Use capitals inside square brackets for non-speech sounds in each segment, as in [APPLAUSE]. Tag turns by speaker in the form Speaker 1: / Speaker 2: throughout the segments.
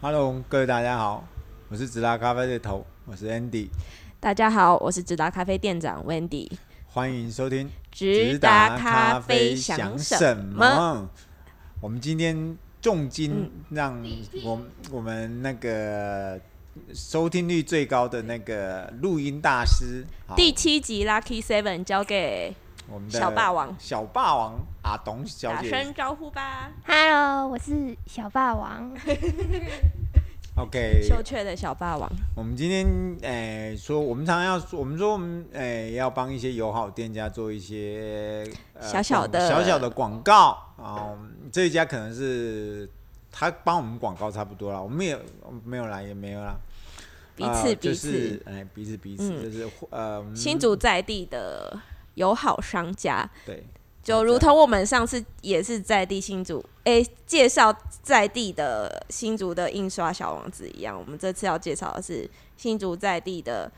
Speaker 1: Hello，各位大家好，我是直达咖啡的头，我是 Andy，
Speaker 2: 大家好，我是直达咖啡店长 Wendy。
Speaker 1: 欢迎收听
Speaker 2: 直达咖啡想什么？嗯
Speaker 1: 么？我们今天重金让我们、我们那个收听率最高的那个录音大师，好
Speaker 2: 第七集 Lucky Seven 交给
Speaker 1: 我们的
Speaker 2: 小霸王，
Speaker 1: 小霸王阿董小
Speaker 2: 打
Speaker 1: 姐
Speaker 2: 声招呼吧。
Speaker 3: Hello，我是小霸王。
Speaker 1: ，OK，
Speaker 2: 羞怯的小霸王，
Speaker 1: 我们今天诶、呃说，我们常常要说，我们说我们诶、呃要帮一些友好店家做一些、呃、
Speaker 2: 小小的
Speaker 1: 广小小的广告啊、这一家可能是他帮我们广告差不多了，我们也没有啦，也没有啦，
Speaker 2: 彼
Speaker 1: 呃
Speaker 2: 此
Speaker 1: 就
Speaker 2: 彼
Speaker 1: 是
Speaker 2: 此，
Speaker 1: 哎、彼此彼此，
Speaker 2: 啊嗯
Speaker 1: 就是呃
Speaker 2: 新竹在地的友好商家，
Speaker 1: 对
Speaker 2: 就如同我们上次也是在地新竹，诶、介绍在地的新竹的印刷小王子一样，我们这次要介绍的是新竹在地的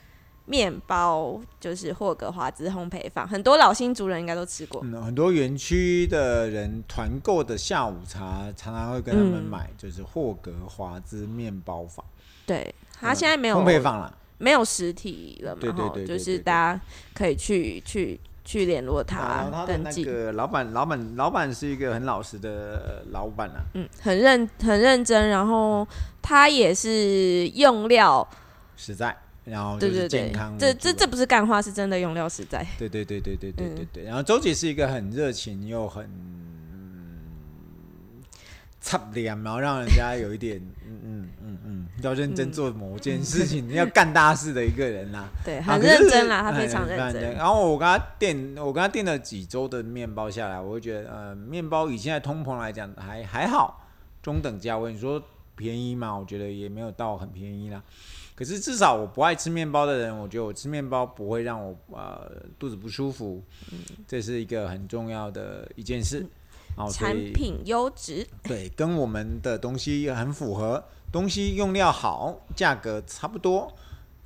Speaker 2: 面包，就是霍格华兹烘焙坊，很多老新竹人应该都吃过。
Speaker 1: 嗯，很多园区的人团购的下午茶，常常会跟他们
Speaker 2: 嗯
Speaker 1: 买，就是霍格华兹面包坊
Speaker 2: 对，他现在没有
Speaker 1: 烘焙坊啦，
Speaker 2: 没有实体了嘛，
Speaker 1: 对对
Speaker 2: 吼
Speaker 1: 对对
Speaker 2: 就是
Speaker 1: 对对
Speaker 2: 大家可以去去去联络他、
Speaker 1: 啊然后他的
Speaker 2: 登
Speaker 1: 那
Speaker 2: 记。
Speaker 1: 个老板，老板，老板是一个很老实的老板啊。
Speaker 2: 嗯，很认很认真，然后他也是用料，
Speaker 1: 实在，然哦后就
Speaker 2: 对
Speaker 1: 是
Speaker 2: 对
Speaker 1: 健
Speaker 2: 对
Speaker 1: 康，
Speaker 2: 这
Speaker 1: 为主
Speaker 2: 这
Speaker 1: 啊
Speaker 2: 这不是干话，是真的用料实在。
Speaker 1: 对对对对对对对
Speaker 2: 嗯
Speaker 1: 对。然后周姐是一个很热情又很擦脸，然后让人家有一点嗯嗯嗯嗯，要认真做某件事情，要干大事的一个人啦、
Speaker 2: 对，
Speaker 1: 啊
Speaker 2: 很
Speaker 1: 可是
Speaker 2: 认真啦，他
Speaker 1: 哎
Speaker 2: 非常
Speaker 1: 很
Speaker 2: 认真。
Speaker 1: 然后我跟他订，我跟他订了几周的面包下来，我会觉得，呃，面包以现在通膨来讲还还好，中等价位。你说便宜嘛？我觉得也没有到很便宜啦。可是至少我不爱吃面包的人，我觉得我吃面包不会让我呃肚子不舒服，
Speaker 2: 嗯
Speaker 1: 这是一个很重要的一件事。然后所
Speaker 2: 产
Speaker 1: 以
Speaker 2: 品优质，
Speaker 1: 对，跟我们的东西很符合，东西用料好，价格差不多，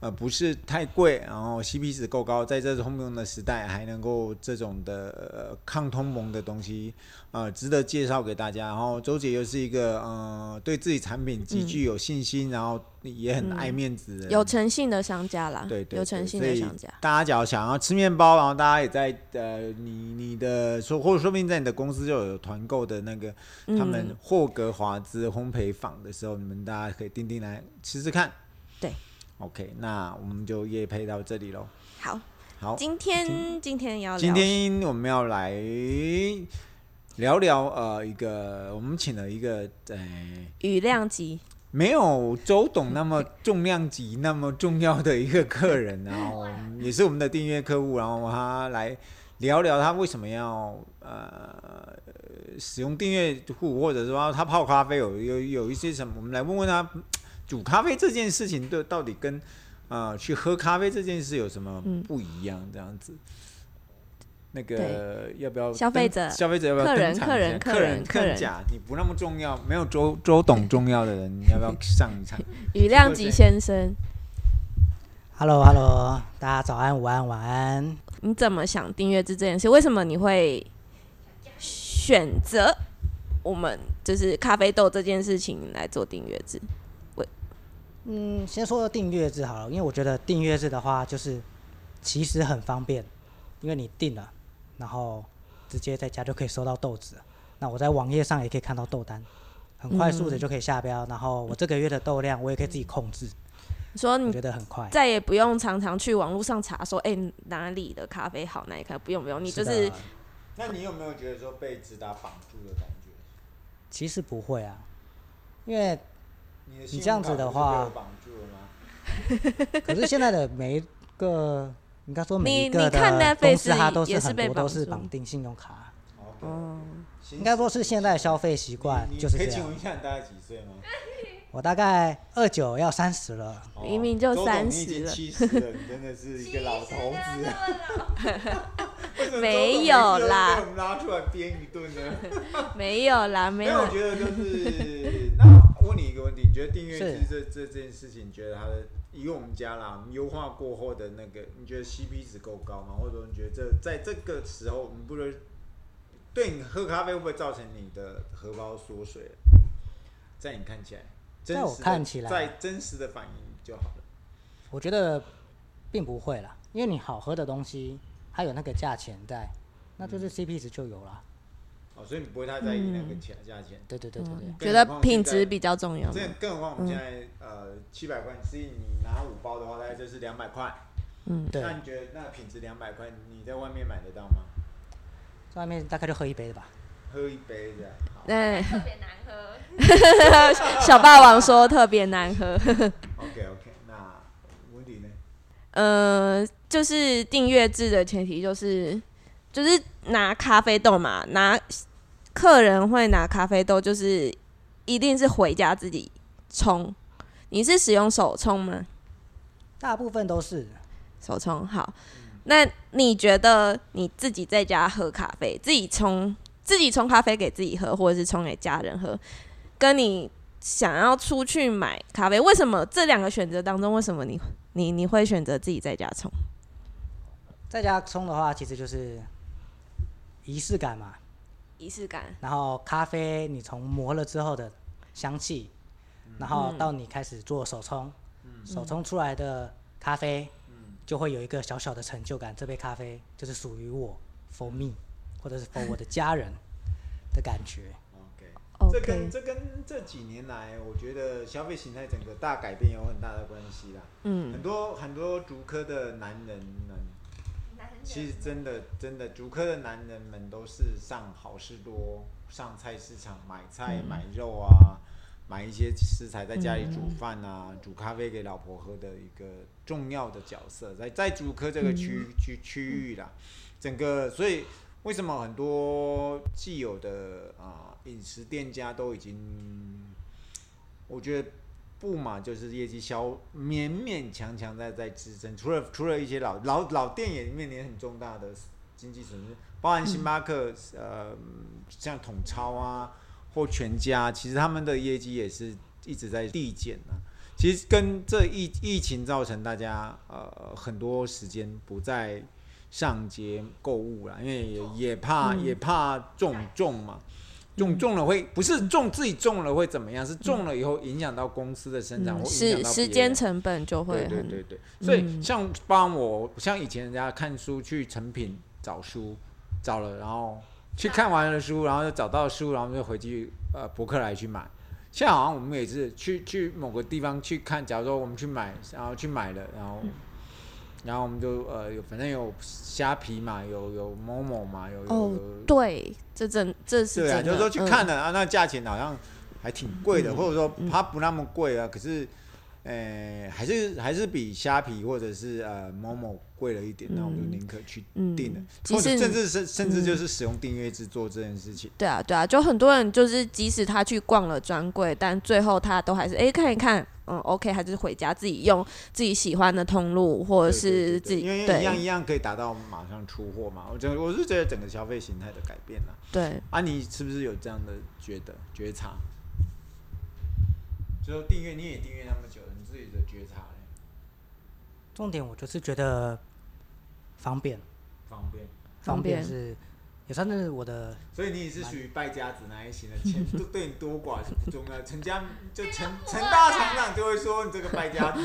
Speaker 1: 呃，不是太贵，然后 CP 值够高，在这通膨的时代还能够这种的、呃、抗通膨的东西，呃，值得介绍给大家。然后周姐又是一个呃对自己产品极具有信心，然后也很爱面子的人，
Speaker 2: 嗯有诚信的商家啦，
Speaker 1: 对对对
Speaker 2: 有诚信
Speaker 1: 所
Speaker 2: 的
Speaker 1: 以
Speaker 2: 商家。
Speaker 1: 大家只要想要吃面包，然后大家也在呃，你你的说，或者说不定在你的公司就有团购的那个他
Speaker 2: 嗯
Speaker 1: 们霍格华兹烘焙坊的时候，你们大家可以订订来吃吃看。
Speaker 2: 对
Speaker 1: ，OK，那我们就夜配到这里喽。
Speaker 2: 好，
Speaker 1: 好，
Speaker 2: 今天今天要聊
Speaker 1: 今天我们要来聊聊呃一个，我们请了一个呃
Speaker 2: 雨量级，
Speaker 1: 没有周董那么重量级、那么重要的一个客人，然
Speaker 2: [LAUGHS]
Speaker 1: 后也是我们的订阅客户，然后他来聊聊他为什么要呃使用订阅户，或者说他泡咖啡有有有一些什么，我们来问问他煮咖啡这件事情对到底跟呃去喝咖啡这件事有什么不一样，这样子。那个要不要
Speaker 2: 消费
Speaker 1: 登
Speaker 2: 者
Speaker 1: 消费者要不要
Speaker 2: 客人
Speaker 1: 登场
Speaker 2: 客
Speaker 1: 一下
Speaker 2: 人
Speaker 1: 客
Speaker 2: 客人客
Speaker 1: 更
Speaker 2: 人
Speaker 1: 假？你不那么重要，没有周周董重要的人，你要不要上一
Speaker 2: [LAUGHS]
Speaker 1: 场？
Speaker 2: 雨量级先生，
Speaker 4: h e l l o h e l l o 大家早安、午安、晚安。
Speaker 2: 你怎么想订阅制这件事？为什么你会选择我们就是咖啡豆这件事情来做订阅制？
Speaker 4: 嗯，先说订阅制好了，因为我觉得订阅制的话，就是其实很方便，因为你订了，然后直接在家就可以收到豆子了。那我在网页上也可以看到豆单，很快速的就可以下标。然后我这个月的豆量我也可以自己控制，
Speaker 2: 你说
Speaker 4: 我
Speaker 2: 你
Speaker 4: 觉得很快。
Speaker 2: 再也不用常常去网络上查说，哎、哪里的咖啡好，哪一咖不用不用，你就
Speaker 4: 的
Speaker 2: 是
Speaker 1: 那你有没有觉得说被直达绑住的感觉？
Speaker 4: 其实不会啊，因为
Speaker 1: 你的
Speaker 4: 信用这样子卡的不是被话我
Speaker 1: 绑住了吗？
Speaker 4: 可是现在的啊每一个，应该说每
Speaker 2: 你
Speaker 4: 一个
Speaker 2: 你看
Speaker 4: 的公
Speaker 2: Netflix
Speaker 4: 司，它都
Speaker 2: 也
Speaker 4: 是
Speaker 2: 是
Speaker 4: 很
Speaker 2: 被
Speaker 4: 多都
Speaker 2: 绑
Speaker 4: 是
Speaker 2: 住
Speaker 4: 绑定信用卡，
Speaker 2: 哦，
Speaker 4: 应该说是现在的消费习惯就是这样。
Speaker 1: 一下你大概几岁
Speaker 2: [LAUGHS]
Speaker 1: 吗？
Speaker 4: 我大概二九要三十了，
Speaker 2: 明明就
Speaker 1: 哦周董你已经
Speaker 2: 30了
Speaker 1: 七十了，你真的是一个老头子了。
Speaker 2: [LAUGHS]
Speaker 1: 为什么周董
Speaker 2: 没有啦
Speaker 1: 每次都被我们拉出来编一顿呢。
Speaker 2: 没有啦，没
Speaker 1: 没
Speaker 2: 有
Speaker 4: 啊
Speaker 1: 有，我，觉得就是，那我问你一个问题，你觉得订阅制
Speaker 4: 是
Speaker 1: 这这件事情，你觉得它的以我们家啦优化过后的那个，你觉得 CP 值够高吗？或者说你觉得这在这个时候，你不能对你喝咖啡会不会造成你的荷包缩水？在你看起来，真
Speaker 4: 在我
Speaker 1: 实的
Speaker 4: 看起来
Speaker 1: 在真实的反应就好了。
Speaker 4: 我觉得并不会啦，因为你好喝的东西，它有那个价钱在，那就是 CP 值就有啦。
Speaker 1: 哦，所以你不会太在意那
Speaker 4: 嗯
Speaker 1: 个价价钱。
Speaker 4: 对对对对对，
Speaker 2: 嗯觉得品质比较重要吗。
Speaker 1: 这更何况我们现在、呃七百块，所以你拿五包的话，大概就是两百块。
Speaker 4: 对，
Speaker 1: 那你觉得那品质两百块，你在外面买得到吗？
Speaker 4: 在外面大概就喝一杯的吧。
Speaker 1: 喝一杯这样。好
Speaker 2: [LAUGHS] 那
Speaker 3: 特别难喝。
Speaker 2: 小霸王说特别难喝， [LAUGHS]
Speaker 1: OK OK，那文迪呢？
Speaker 2: 呃，就是订阅制的前提就是就是拿咖啡豆嘛，拿客人会拿咖啡豆，就是一定是回家自己冲。你是使用手冲吗？
Speaker 4: 大部分都是
Speaker 2: 手冲好。那你觉得你自己在家喝咖啡，自己冲自己冲咖啡给自己喝，或者是冲给家人喝，跟你想要出去买咖啡，为什么这两个选择当中，为什么你你你会选择自己在家冲？
Speaker 4: 在家冲的话，其实就是仪式感嘛。
Speaker 2: 仪式感，
Speaker 4: 然后咖啡你从磨了之后的香气，然后到你开始做手冲，手冲出来的咖啡就会有一个小小的成就感，这杯咖啡就是属于我，for me，或者是 for 我的家人的感觉。
Speaker 1: OK，,
Speaker 2: OK
Speaker 1: 这跟这跟这几年来，我觉得消费形态整个大改变有很大的关系啦。
Speaker 2: 嗯，
Speaker 1: 很多很多竹科的男人们，其实真的真的竹科的男人们都是上好事多，上菜市场买菜、买肉啊，买一些食材在家里煮饭啊，煮咖啡给老婆喝的一个重要的角色，在在竹科这个区区区域啦，整个所以为什么很多既有的啊、饮食店家都已经，我觉得不嘛，就是业绩消勉勉强强在在支撑，除了除了一些老老老店也面临很重大的经济损失，包含星巴克、
Speaker 2: 嗯
Speaker 1: 呃像统超啊或全家，其实他们的业绩也是一直在递减啊。其实跟这疫疫情造成大家呃很多时间不在上街购物啦，因为也也怕、
Speaker 2: 嗯
Speaker 1: 也怕中中嘛，中中了会不是中自己中了会怎么样？是中了以后影响到公司的生产，或影响
Speaker 2: 时
Speaker 1: 到
Speaker 2: 嗯时
Speaker 1: 别
Speaker 2: 间
Speaker 1: 人
Speaker 2: 成本就会
Speaker 1: 对
Speaker 2: 很嗯
Speaker 1: 对对对，所以像帮我像以前人家看书去成品找书，找了然后去看完了书，然后就找到书，然后就回去呃博客来去买。现在好像我们也是去去某个地方去看，假如说我们去买，然后去买了，然
Speaker 2: 嗯
Speaker 1: 后。然后我们就呃有，反正有虾皮嘛，有有某某嘛，有有
Speaker 2: 哦
Speaker 1: 有，
Speaker 2: 对，这真这是
Speaker 1: 对啊，
Speaker 2: 真
Speaker 1: 就是
Speaker 2: 的嗯
Speaker 1: 说去看、了、啊，那价钱好像还挺贵的，或者说它不那么贵啊，可是，呃，还是还是比虾皮或者是呃某某贵了一点，那我就宁可去
Speaker 2: 嗯
Speaker 1: 订了，
Speaker 2: 即
Speaker 1: 或者
Speaker 2: 使
Speaker 1: 甚至甚甚至就是使用订阅制做这件事情
Speaker 2: 嗯。对啊对啊，就很多人就是即使他去逛了专柜，但最后他都还是哎、看一看，嗯 OK，还是回家自己用自己喜欢的通路或者
Speaker 1: 对对对
Speaker 2: 是自
Speaker 1: 对
Speaker 2: 己
Speaker 1: 因为因为一样一样可以达到马上出货嘛，我觉得我是觉得整个消费形态的改变了
Speaker 2: 对
Speaker 1: 啊，你是不是有这样的觉得觉察？就是订阅你也订阅那么久了，你自己的觉察嘞
Speaker 4: 重点我就是觉得方便，
Speaker 1: 方便。
Speaker 2: 方
Speaker 4: 方
Speaker 2: 便
Speaker 4: 便是也算是我的
Speaker 1: 所以你也是属于败家子那一型的，钱都对你多寡是不重要。陈家就陈陈大厂长就会说你这个败家子，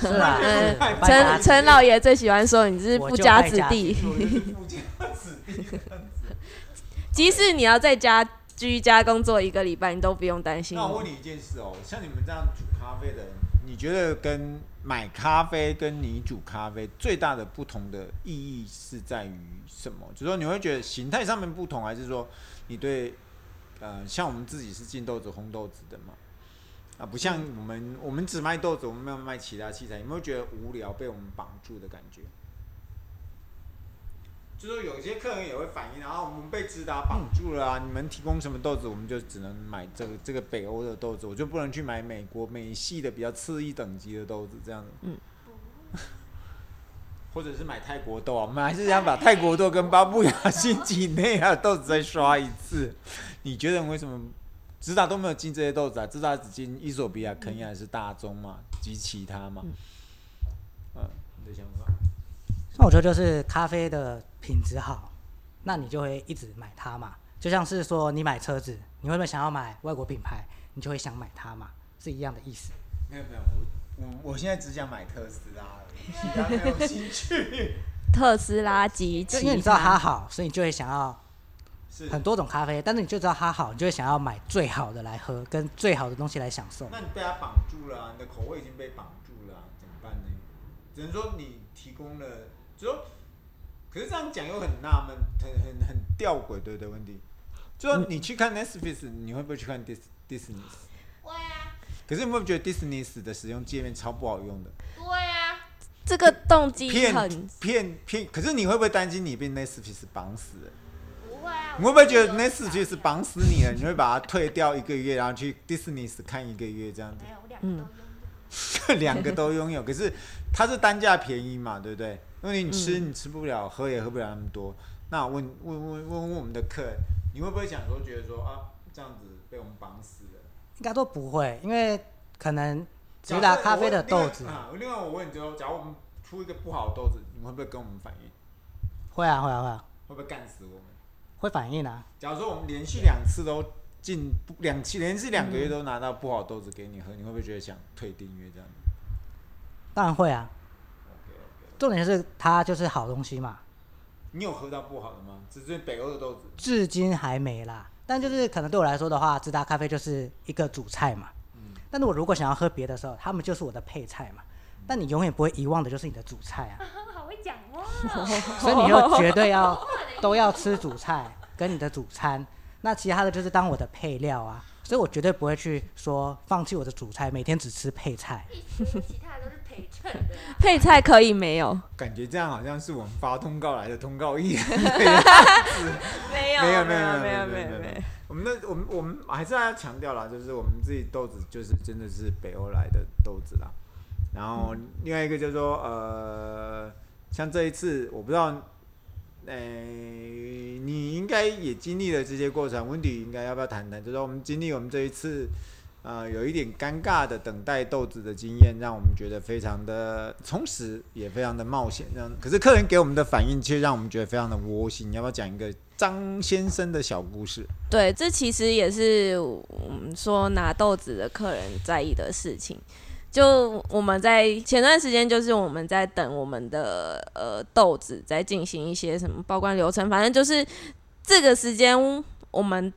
Speaker 4: 是啦，
Speaker 2: 嗯
Speaker 4: 是败家
Speaker 2: 陈
Speaker 4: 子
Speaker 2: 陈老爷最喜欢说你是
Speaker 4: 我
Speaker 2: 富
Speaker 4: 就
Speaker 2: 家
Speaker 4: 败
Speaker 2: 子
Speaker 4: 家
Speaker 2: 弟，
Speaker 1: 我就是富家子弟。
Speaker 2: 即使你要在家居家工作一个礼拜，你都不用担心。
Speaker 1: 那我问你一件事哦，像你们这样煮咖啡的人，你觉得跟买咖啡跟你煮咖啡最大的不同的意义是在于什么？就是说你会觉得形态上面不同，还是说你对呃，像我们自己是进豆子烘豆子的嘛？啊，不像我们，我们只卖豆子，我们没有卖其他器材。有没有觉得无聊，被我们绑住的感觉？就是有些客人也会反映，然后我们被直达绑住了啊！你们提供什么豆子，我们就只能买这个这个北欧的豆子，我就不能去买美国美系的比较次一等级的豆子这样子。嗯。或者是买泰国豆啊，我们还是想把泰国豆跟巴布亚新几内亚豆子再刷一次。你觉得为什么直达都没有进这些豆子啊？直达只进伊索比亚、肯亚还是大宗嘛，及其他嘛。嗯，你的想法？
Speaker 4: 那我觉得就是咖啡的品质好，那你就会一直买它嘛。就像是说你买车子，你会不会想要买外国品牌，你就会想买它嘛。是一样的意思。
Speaker 1: 没有没有，我我我现在只想买特斯拉而已，其他没有兴趣。
Speaker 2: 特斯拉及
Speaker 4: 就
Speaker 2: 其
Speaker 4: 因为你知道它
Speaker 2: 他
Speaker 4: 好，所以你就会想要
Speaker 1: 是，
Speaker 4: 很多种咖啡，但是你就知道它好，你就会想要买最好的来喝，跟最好的东西来享受。
Speaker 1: 那你被他绑住了啊、你的口味已经被绑住了啊、怎么办呢？只能说你提供了，就说，可是这样讲又很纳闷，很很很吊诡对的问题。就说你去看 Netflix，你会不会去看 Dis Disney？
Speaker 5: 会啊，
Speaker 1: 可是你有没有觉得 Disney 的使用界面超不好用的？
Speaker 5: 对啊，
Speaker 2: 这个动机
Speaker 1: 骗
Speaker 2: 很
Speaker 1: 骗骗！可是你会不会担心你被 Netflix 绑死了？
Speaker 5: 不会啊。
Speaker 1: 你会不会觉得
Speaker 5: 我
Speaker 1: Netflix 绑死你了？你会把它退掉一个月，然后去 Disney 看一个月这样子？
Speaker 5: 没有，我两个都
Speaker 3: 嗯
Speaker 5: 用过。
Speaker 1: 两个都拥有，可是它是单价便宜嘛，对不对？因为你吃你吃不了，喝也喝不了那么多。那我问问问问问我们的客人，你会不会想说觉得说啊这样子被我们绑死了？
Speaker 4: 应该都不会，因为可能
Speaker 1: 假
Speaker 4: 直
Speaker 1: 设
Speaker 4: 达咖啡的
Speaker 1: 我
Speaker 4: 豆
Speaker 1: 问
Speaker 4: 子
Speaker 1: 另外啊，另外我问你就，假如我们出一个不好的豆子，你们会不会跟我们反应？
Speaker 4: 会啊会啊会啊，
Speaker 1: 会不会干死我们？
Speaker 4: 会反应啊。
Speaker 1: 假如说我们连续两次都进不两期，连续两个月都拿到不好的豆子给你喝，你会不会觉得想退订阅这样子
Speaker 4: 当然会啊，
Speaker 1: ？OK OK，
Speaker 4: 重点是它就是好东西嘛，
Speaker 1: 你有喝到不好的吗？只是北欧的豆子。
Speaker 4: 至今还没啦。但就是可能对我来说的话，直达咖啡就是一个主菜嘛。但是我如果想要喝别的时候，他们就是我的配菜嘛。但你永远不会遗忘的就是你的主菜 [LAUGHS] 啊，
Speaker 5: 好会讲哦，
Speaker 4: 所以你就绝对要 [LAUGHS] 都要吃主菜跟你的主餐，那其他的就是当我的配料啊。所以我绝对不会去说放弃我的主菜，每天只吃配菜。
Speaker 5: 其他的都是陪衬的啊。
Speaker 2: [LAUGHS] 配菜可以没有？
Speaker 1: 感觉这样好像是我们发通告来的通告艺人。
Speaker 2: 没
Speaker 1: 有没有没有没有没有
Speaker 2: 没有
Speaker 1: 没有没有没有我们的我们我们还是要强调啦，就是我们自己豆子就是真的是北欧来的豆子啦。然后另外一个就是说，呃，像这一次我不知道，呃，你应该也经历了这些过程，温迪应该要不要谈谈？就是说我们经历我们这一次。呃，有一点尴尬的等待豆子的经验，让我们觉得非常的充实，也非常的冒险。让可是客人给我们的反应，却让我们觉得非常的窝心。你要不要讲一个张先生的小故事？
Speaker 2: 对，这其实也是我们说拿豆子的客人在意的事情。就我们在前段时间，就是我们在等我们的呃豆子在进行一些什么报关流程，反正就是这个时间我们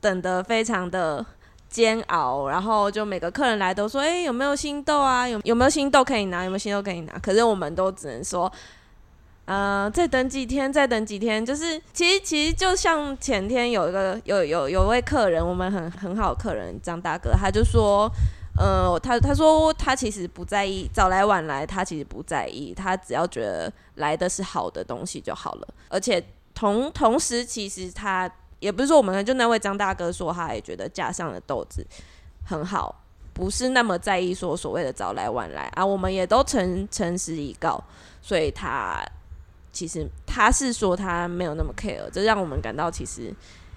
Speaker 2: 等的非常的煎熬，然后就每个客人来都说，哎、有没有新豆啊？有有没有新豆可以拿？有没有新豆可以拿？可是我们都只能说，呃，再等几天，再等几天，就是其实其实就像前天有一个有有有位客人，我们很很好的客人张大哥，他就说，呃，他他说他其实不在意早来晚来，他其实不在意，他只要觉得来的是好的东西就好了。而且同同时，其实他也不是说我们就那位张大哥说，他也觉得架上的豆子很好，不是那么在意说所谓的早来晚来啊，我们也都诚诚实以告，所以他其实他是说他没有那么 care，这让我们感到其实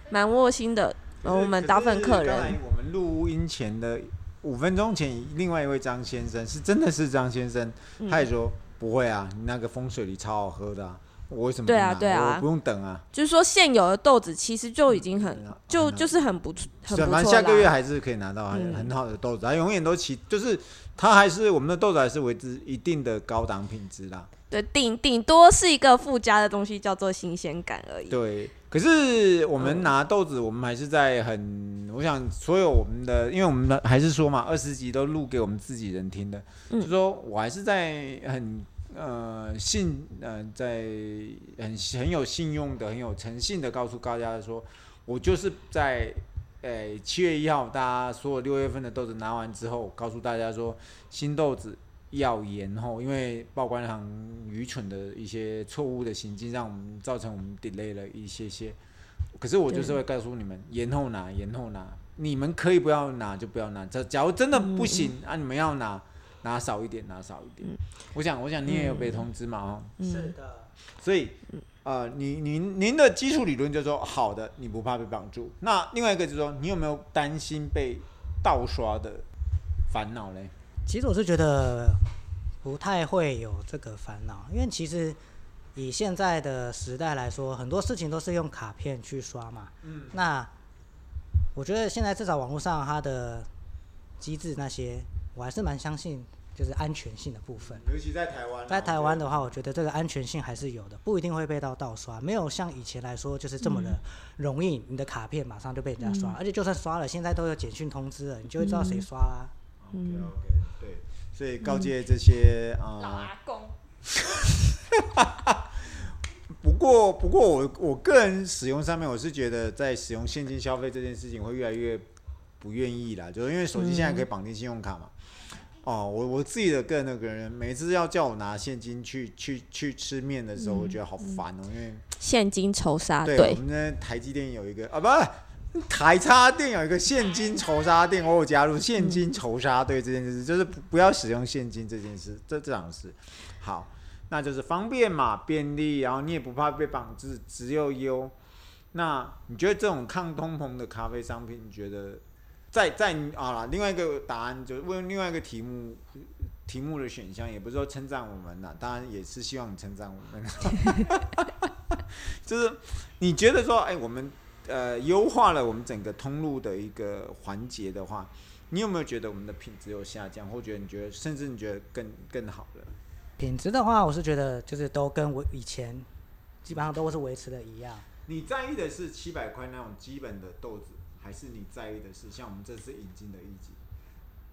Speaker 2: 蛮窝心的。然后我们大部分客
Speaker 1: 可是刚
Speaker 2: 人
Speaker 1: 才我们录音前的五分钟前，另外一位张先生是真的是张先生，
Speaker 2: 嗯
Speaker 1: 他也说、不会啊，你那个风水里超好喝的、啊，我为什么不
Speaker 2: 对啊
Speaker 1: 拿
Speaker 2: 对啊
Speaker 1: 我不用等啊，
Speaker 2: 就是说现有的豆子其实就已经很
Speaker 1: 嗯
Speaker 2: 就
Speaker 1: 嗯
Speaker 2: 就是很不错，很不
Speaker 1: 反正
Speaker 2: 错
Speaker 1: 下个月啊
Speaker 2: 啦。
Speaker 1: 还是可以拿到很
Speaker 2: 嗯
Speaker 1: 很好的豆子，他永远都起，就是他还是我们的豆子还是维持一定的高档品质啦。
Speaker 2: 对，顶顶多是一个附加的东西，叫做新鲜感而已。嗯
Speaker 1: 对，可是我们拿豆子，我们还是在很，我想所有我们的，因为我们的还是说嘛，二十集都录给我们自己人听的，
Speaker 2: 嗯
Speaker 1: 就说我还是在很呃信呃在很很有信用的、很有诚信的告诉大家说，我就是在。诶，哎七月一号，大家所有六月份的豆子拿完之后，告诉大家说，新豆子要延后，因为报关行愚蠢的一些错误的行径，让我们造成我们 delay 了一些些。可是我就是会告诉你们，延后拿，延后拿，你们可以不要拿就不要拿。假假如真的不行、啊，你们要拿，拿少一点，拿少一点。我想，我想你也有被通知嘛，哦，
Speaker 4: 是的，
Speaker 1: 所以，呃，您您您的基础理论就是说，好的，你不怕被绑住。那另外一个就是说，你有没有担心被盗刷的烦恼嘞？
Speaker 4: 其实我是觉得不太会有这个烦恼，因为其实以现在的时代来说，很多事情都是用卡片去刷嘛。嗯。那我觉得现在至少网络上它的机制那些，我还是蛮相信就是安全性的部分。
Speaker 1: 尤其在台湾啊，
Speaker 4: 在台湾哦
Speaker 1: 我
Speaker 4: 的话，我觉得这个安全性还是有的，不一定会被到盗刷，没有像以前来说就是这么的容易，你的卡片马上就被人家刷，而且就算刷了，现在都有简讯通知了，你就会知道谁刷啦。
Speaker 1: 觉得。OK OK，对，所以
Speaker 4: 嗯
Speaker 1: 告诫这些
Speaker 5: 老
Speaker 1: 啊、
Speaker 5: 阿公，
Speaker 1: 不过不过我我个人使用上面，我是觉得在使用现金消费这件事情会越来越不愿意啦，就是因为手机现在可以绑定信用卡嘛。哦，我我自己的个人的个人，每次要叫我拿现金去去去吃面的时候，我觉得好烦哦，因为。
Speaker 2: 现金仇杀
Speaker 1: 对，
Speaker 2: 队
Speaker 1: 我，们那台积电有一个啊，不，台差店有一个现金仇杀店，我有加入现金仇杀队这件事，就是不不要使用现金这件事，这这档事。好，那就是方便嘛，便利，然后你也不怕被绑制，只有优。那你觉得这种抗通膨的咖啡商品，你觉得在在啊啦，另外一个答案就是问另外一个题目。题目的选项也不是说称赞我们呐，当然也是希望你称赞我们， [LAUGHS] 就是你觉得说，哎，我们呃优化了我们整个通路的一个环节的话，你有没有觉得我们的品质有下降，或觉得你觉得甚至你觉得更更好了？
Speaker 4: 品质的话，我是觉得就是都跟我以前基本上都是维持的一样。
Speaker 1: 你在意的是七百块那种基本的豆子，还是你在意的是像我们这次引进的一级？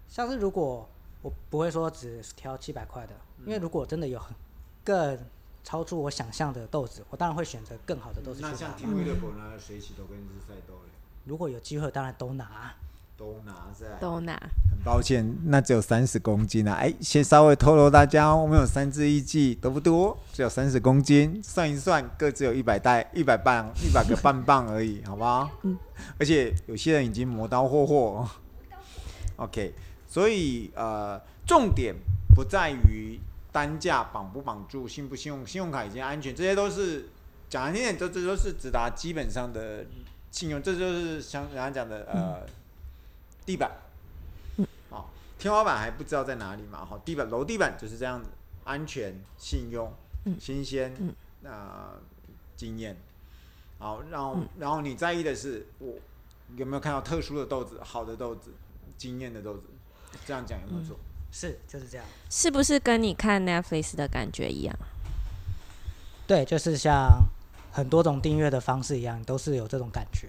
Speaker 4: 像是如果我不会说只挑七百块的，
Speaker 1: 嗯
Speaker 4: 因为如果真的有很更超出我想象的豆子，我当然会选择更好的豆子
Speaker 1: 嗯那
Speaker 4: 去拿
Speaker 1: 像
Speaker 4: 嘛。
Speaker 1: 听威的伯拿的水洗豆跟日晒豆嘞，
Speaker 4: 如果有机会，当然都拿。
Speaker 1: 都拿在。
Speaker 2: 都拿
Speaker 1: 很抱歉，那只有三十公斤啊！哎，先稍微透露大家哦，我们有三支一季，都不多，只有三十公斤，算一算各只有一百袋、一百磅、一百个半磅而已， [LAUGHS] 好不好？嗯。而且有些人已经磨刀霍霍。OK，所以呃，重点不在于单价绑不绑住、信不信用、信用卡已经安全，这些都是讲难听点，这这都是直达基本上的信用，这就是像刚刚讲的呃、地板。哦，天花板还不知道在哪里嘛，哈，地板楼地板就是这样子，安全、信用、
Speaker 4: 嗯
Speaker 1: 新鲜，那、经验，好，然后、
Speaker 4: 嗯
Speaker 1: 然后你在意的是我有没有看到特殊的豆子、好的豆子、经验的豆子，这样讲有没有错？
Speaker 4: 嗯是，就是这样。
Speaker 2: 是不是跟你看 Netflix 的感觉一样？
Speaker 4: 对，就是像很多种订阅的方式一样，都是有这种感觉。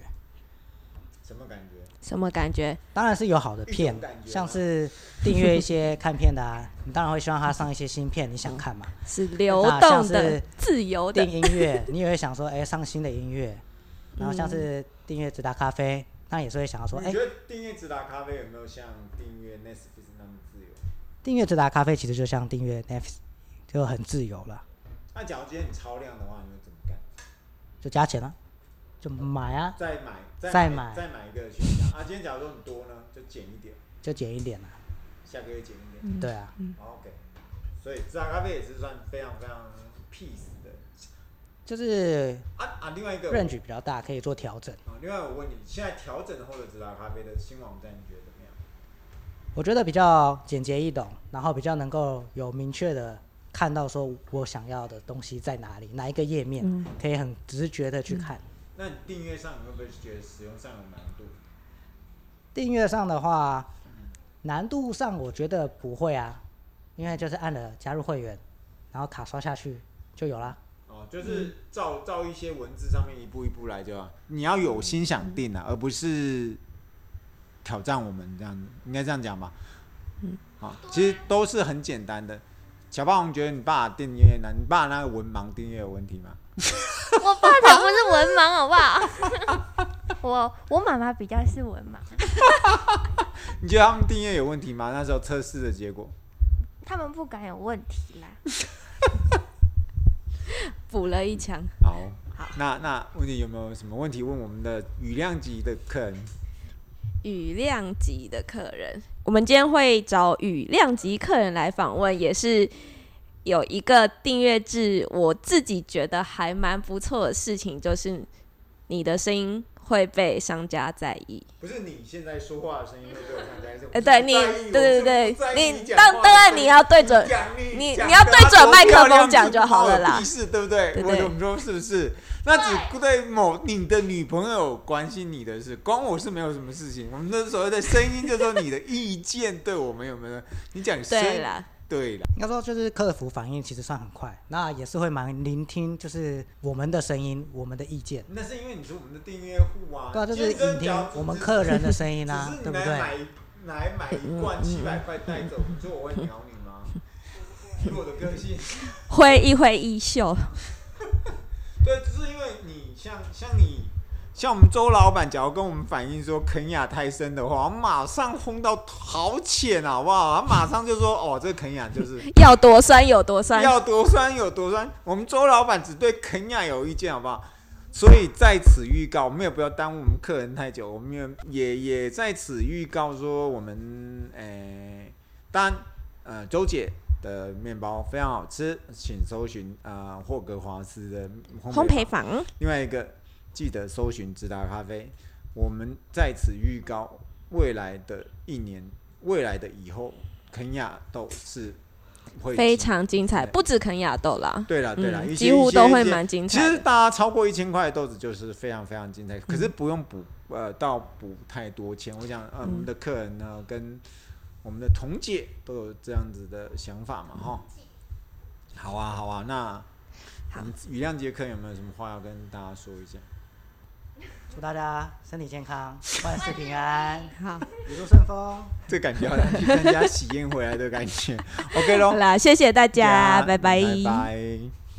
Speaker 1: 什么感觉？
Speaker 2: 什么感觉？
Speaker 4: 当然是有好的
Speaker 1: 一
Speaker 4: 片
Speaker 1: 种感觉，吗
Speaker 4: 像是订阅一些看片的啊，你当然会希望它上一些新片，你想看嘛？
Speaker 2: 是流
Speaker 4: 那像
Speaker 2: 动
Speaker 4: 是
Speaker 2: 的、自由的
Speaker 4: 订。音乐，你也会想说，哎、上新的音乐。然后像是订阅直达咖啡，那也是会想要说，哎、
Speaker 1: 你觉得订阅直达咖啡有没有像订阅 Netflix 那么自由？
Speaker 4: 订阅直达咖啡其实就像订阅 Netflix，就很自由了，
Speaker 1: 那假如今天你超量的话，你会怎么干？
Speaker 4: 就加钱啊，就买啊，
Speaker 1: 再买，
Speaker 4: 再
Speaker 1: 买，
Speaker 4: 买
Speaker 1: 再买一个选项啊！今天假如说你多呢，就减一点，
Speaker 4: 就减一点啊，
Speaker 1: 下个月减一点。
Speaker 2: 嗯
Speaker 4: 对啊，
Speaker 1: 哦 OK，所以自然咖啡也是算非常非常 peace 的。
Speaker 4: 就是
Speaker 1: 啊啊，另外一个
Speaker 4: range 比较大，可以做调整。
Speaker 1: 啊，另外我问你，现在调整后的自然咖啡的新网站，你觉得怎么样？
Speaker 4: 我觉得比较简洁易懂，然后比较能够有明确的看到说我想要的东西在哪里，哪一个页面、可以很直觉的去看。
Speaker 1: 那你订阅上，你会不会觉得使用上有难度？
Speaker 4: 订阅上的话，难度上我觉得不会啊，因为就是按了加入会员，然后卡刷下去就有啦。
Speaker 1: 哦，就是照照一些文字上面一步一步来就好。你要有心想定啊，而不是挑战我们这样子，应该这样讲吧。嗯，好，其实都是很简单的。小霸王觉得你爸的订阅难，你爸那个文盲订阅有问题吗？
Speaker 3: 我爸才不是文盲，好不好？ [LAUGHS]
Speaker 5: 我
Speaker 3: 我妈妈比较是文盲，
Speaker 1: 你觉得他们订阅有问题吗？那时候测试的结果，
Speaker 3: 他们不敢有问题啦。
Speaker 2: 补了一枪，
Speaker 1: 好，那那问你有没有什么问题问我们的雨量级的客人？
Speaker 2: 雨量级的客人。我们今天会找雨量级客人来访问，也是有一个订阅制，我自己觉得还蛮不错的事情，就是你的声音会被商家在意。
Speaker 1: 不是你现在说话的声音会被我上家，是我不
Speaker 2: 哎、对
Speaker 1: 在
Speaker 2: 你
Speaker 1: 意，
Speaker 2: 对对
Speaker 1: 我是不在
Speaker 2: 对，
Speaker 1: 意
Speaker 2: 你
Speaker 1: 讲
Speaker 2: 当
Speaker 1: 话
Speaker 2: 当然你要对准
Speaker 1: 你讲你
Speaker 2: 你
Speaker 1: 讲
Speaker 2: 你要
Speaker 1: 得
Speaker 2: 对准
Speaker 1: 多
Speaker 2: 麦克
Speaker 1: 漂亮
Speaker 2: 风讲
Speaker 1: 这
Speaker 2: 就好
Speaker 1: 么
Speaker 2: 了啦
Speaker 1: 有意思对不对？
Speaker 2: 对
Speaker 1: 我
Speaker 2: 对
Speaker 1: 怎么说是不是？那只对某你的女朋友有关心你的事，关我是没有什么事情。我们那所谓的声音，就是说你的意见对我们有没有？你讲声
Speaker 2: 对啦，
Speaker 1: 对了，
Speaker 4: 应该说就是客服反应其实算很快，那也是会蛮聆听，就是我们的声音、我们的意见，
Speaker 1: 那是因为你是我们的订阅户啊，
Speaker 4: 对啊，就是
Speaker 1: 健身
Speaker 4: 聆听
Speaker 1: 脚
Speaker 4: 我们
Speaker 1: 只是
Speaker 4: 客人的声音
Speaker 1: 只
Speaker 4: [LAUGHS] 啊
Speaker 1: 是，你
Speaker 4: 对不
Speaker 1: 来
Speaker 4: 对？嗯
Speaker 1: 买一来买一罐七百块带走，你说我会鸟你吗？以我的个性，
Speaker 2: 挥一挥衣袖，
Speaker 1: 对，只是因为你像像你像我们周老板，假如跟我们反映说肯雅太深的话，我马上轰到好浅，啊好不好？他马上就说哦，这肯雅就是。
Speaker 2: 要多酸有多酸，
Speaker 1: 要多酸有多酸。我们周老板只对肯雅有意见，好不好？所以在此预告，我们也不要耽误我们客人太久，我们也也也在此预告说，我们诶，当然呃，周姐的面包非常好吃，请搜寻呃霍格华斯的焙
Speaker 2: 烘
Speaker 1: 坊
Speaker 2: 焙坊
Speaker 1: 另外一个记得搜寻直达咖啡。我们在此预告，未来的一年，未来的以后，肯雅豆是会
Speaker 2: 非
Speaker 1: 进
Speaker 2: 常精彩，
Speaker 1: 对
Speaker 2: 不止肯亚豆啦，
Speaker 1: 对了对了，
Speaker 2: 嗯
Speaker 1: 一些
Speaker 2: 几乎都会。
Speaker 1: 一些
Speaker 2: 蛮精
Speaker 1: 其
Speaker 2: 彩
Speaker 1: 实
Speaker 2: 的。
Speaker 1: 大家超过一千块的豆子就是非常非常精彩，可是不用补呃到补太多钱。我想呃我们的客人呢跟我们的同姐都有这样子的想法嘛哈。好啊好啊，那我
Speaker 2: 好
Speaker 1: 们雨亮杰客人有没有什么话要跟大家说一下？
Speaker 4: 祝大家身体健康，万事平安， [LAUGHS]
Speaker 2: 好，
Speaker 4: 一路顺风。
Speaker 1: 这感觉好像去参加喜宴回来的感觉。OK
Speaker 2: [LAUGHS]
Speaker 1: 咯
Speaker 2: 好，啦，谢谢大家，
Speaker 1: 啊拜
Speaker 2: 拜
Speaker 1: 拜拜。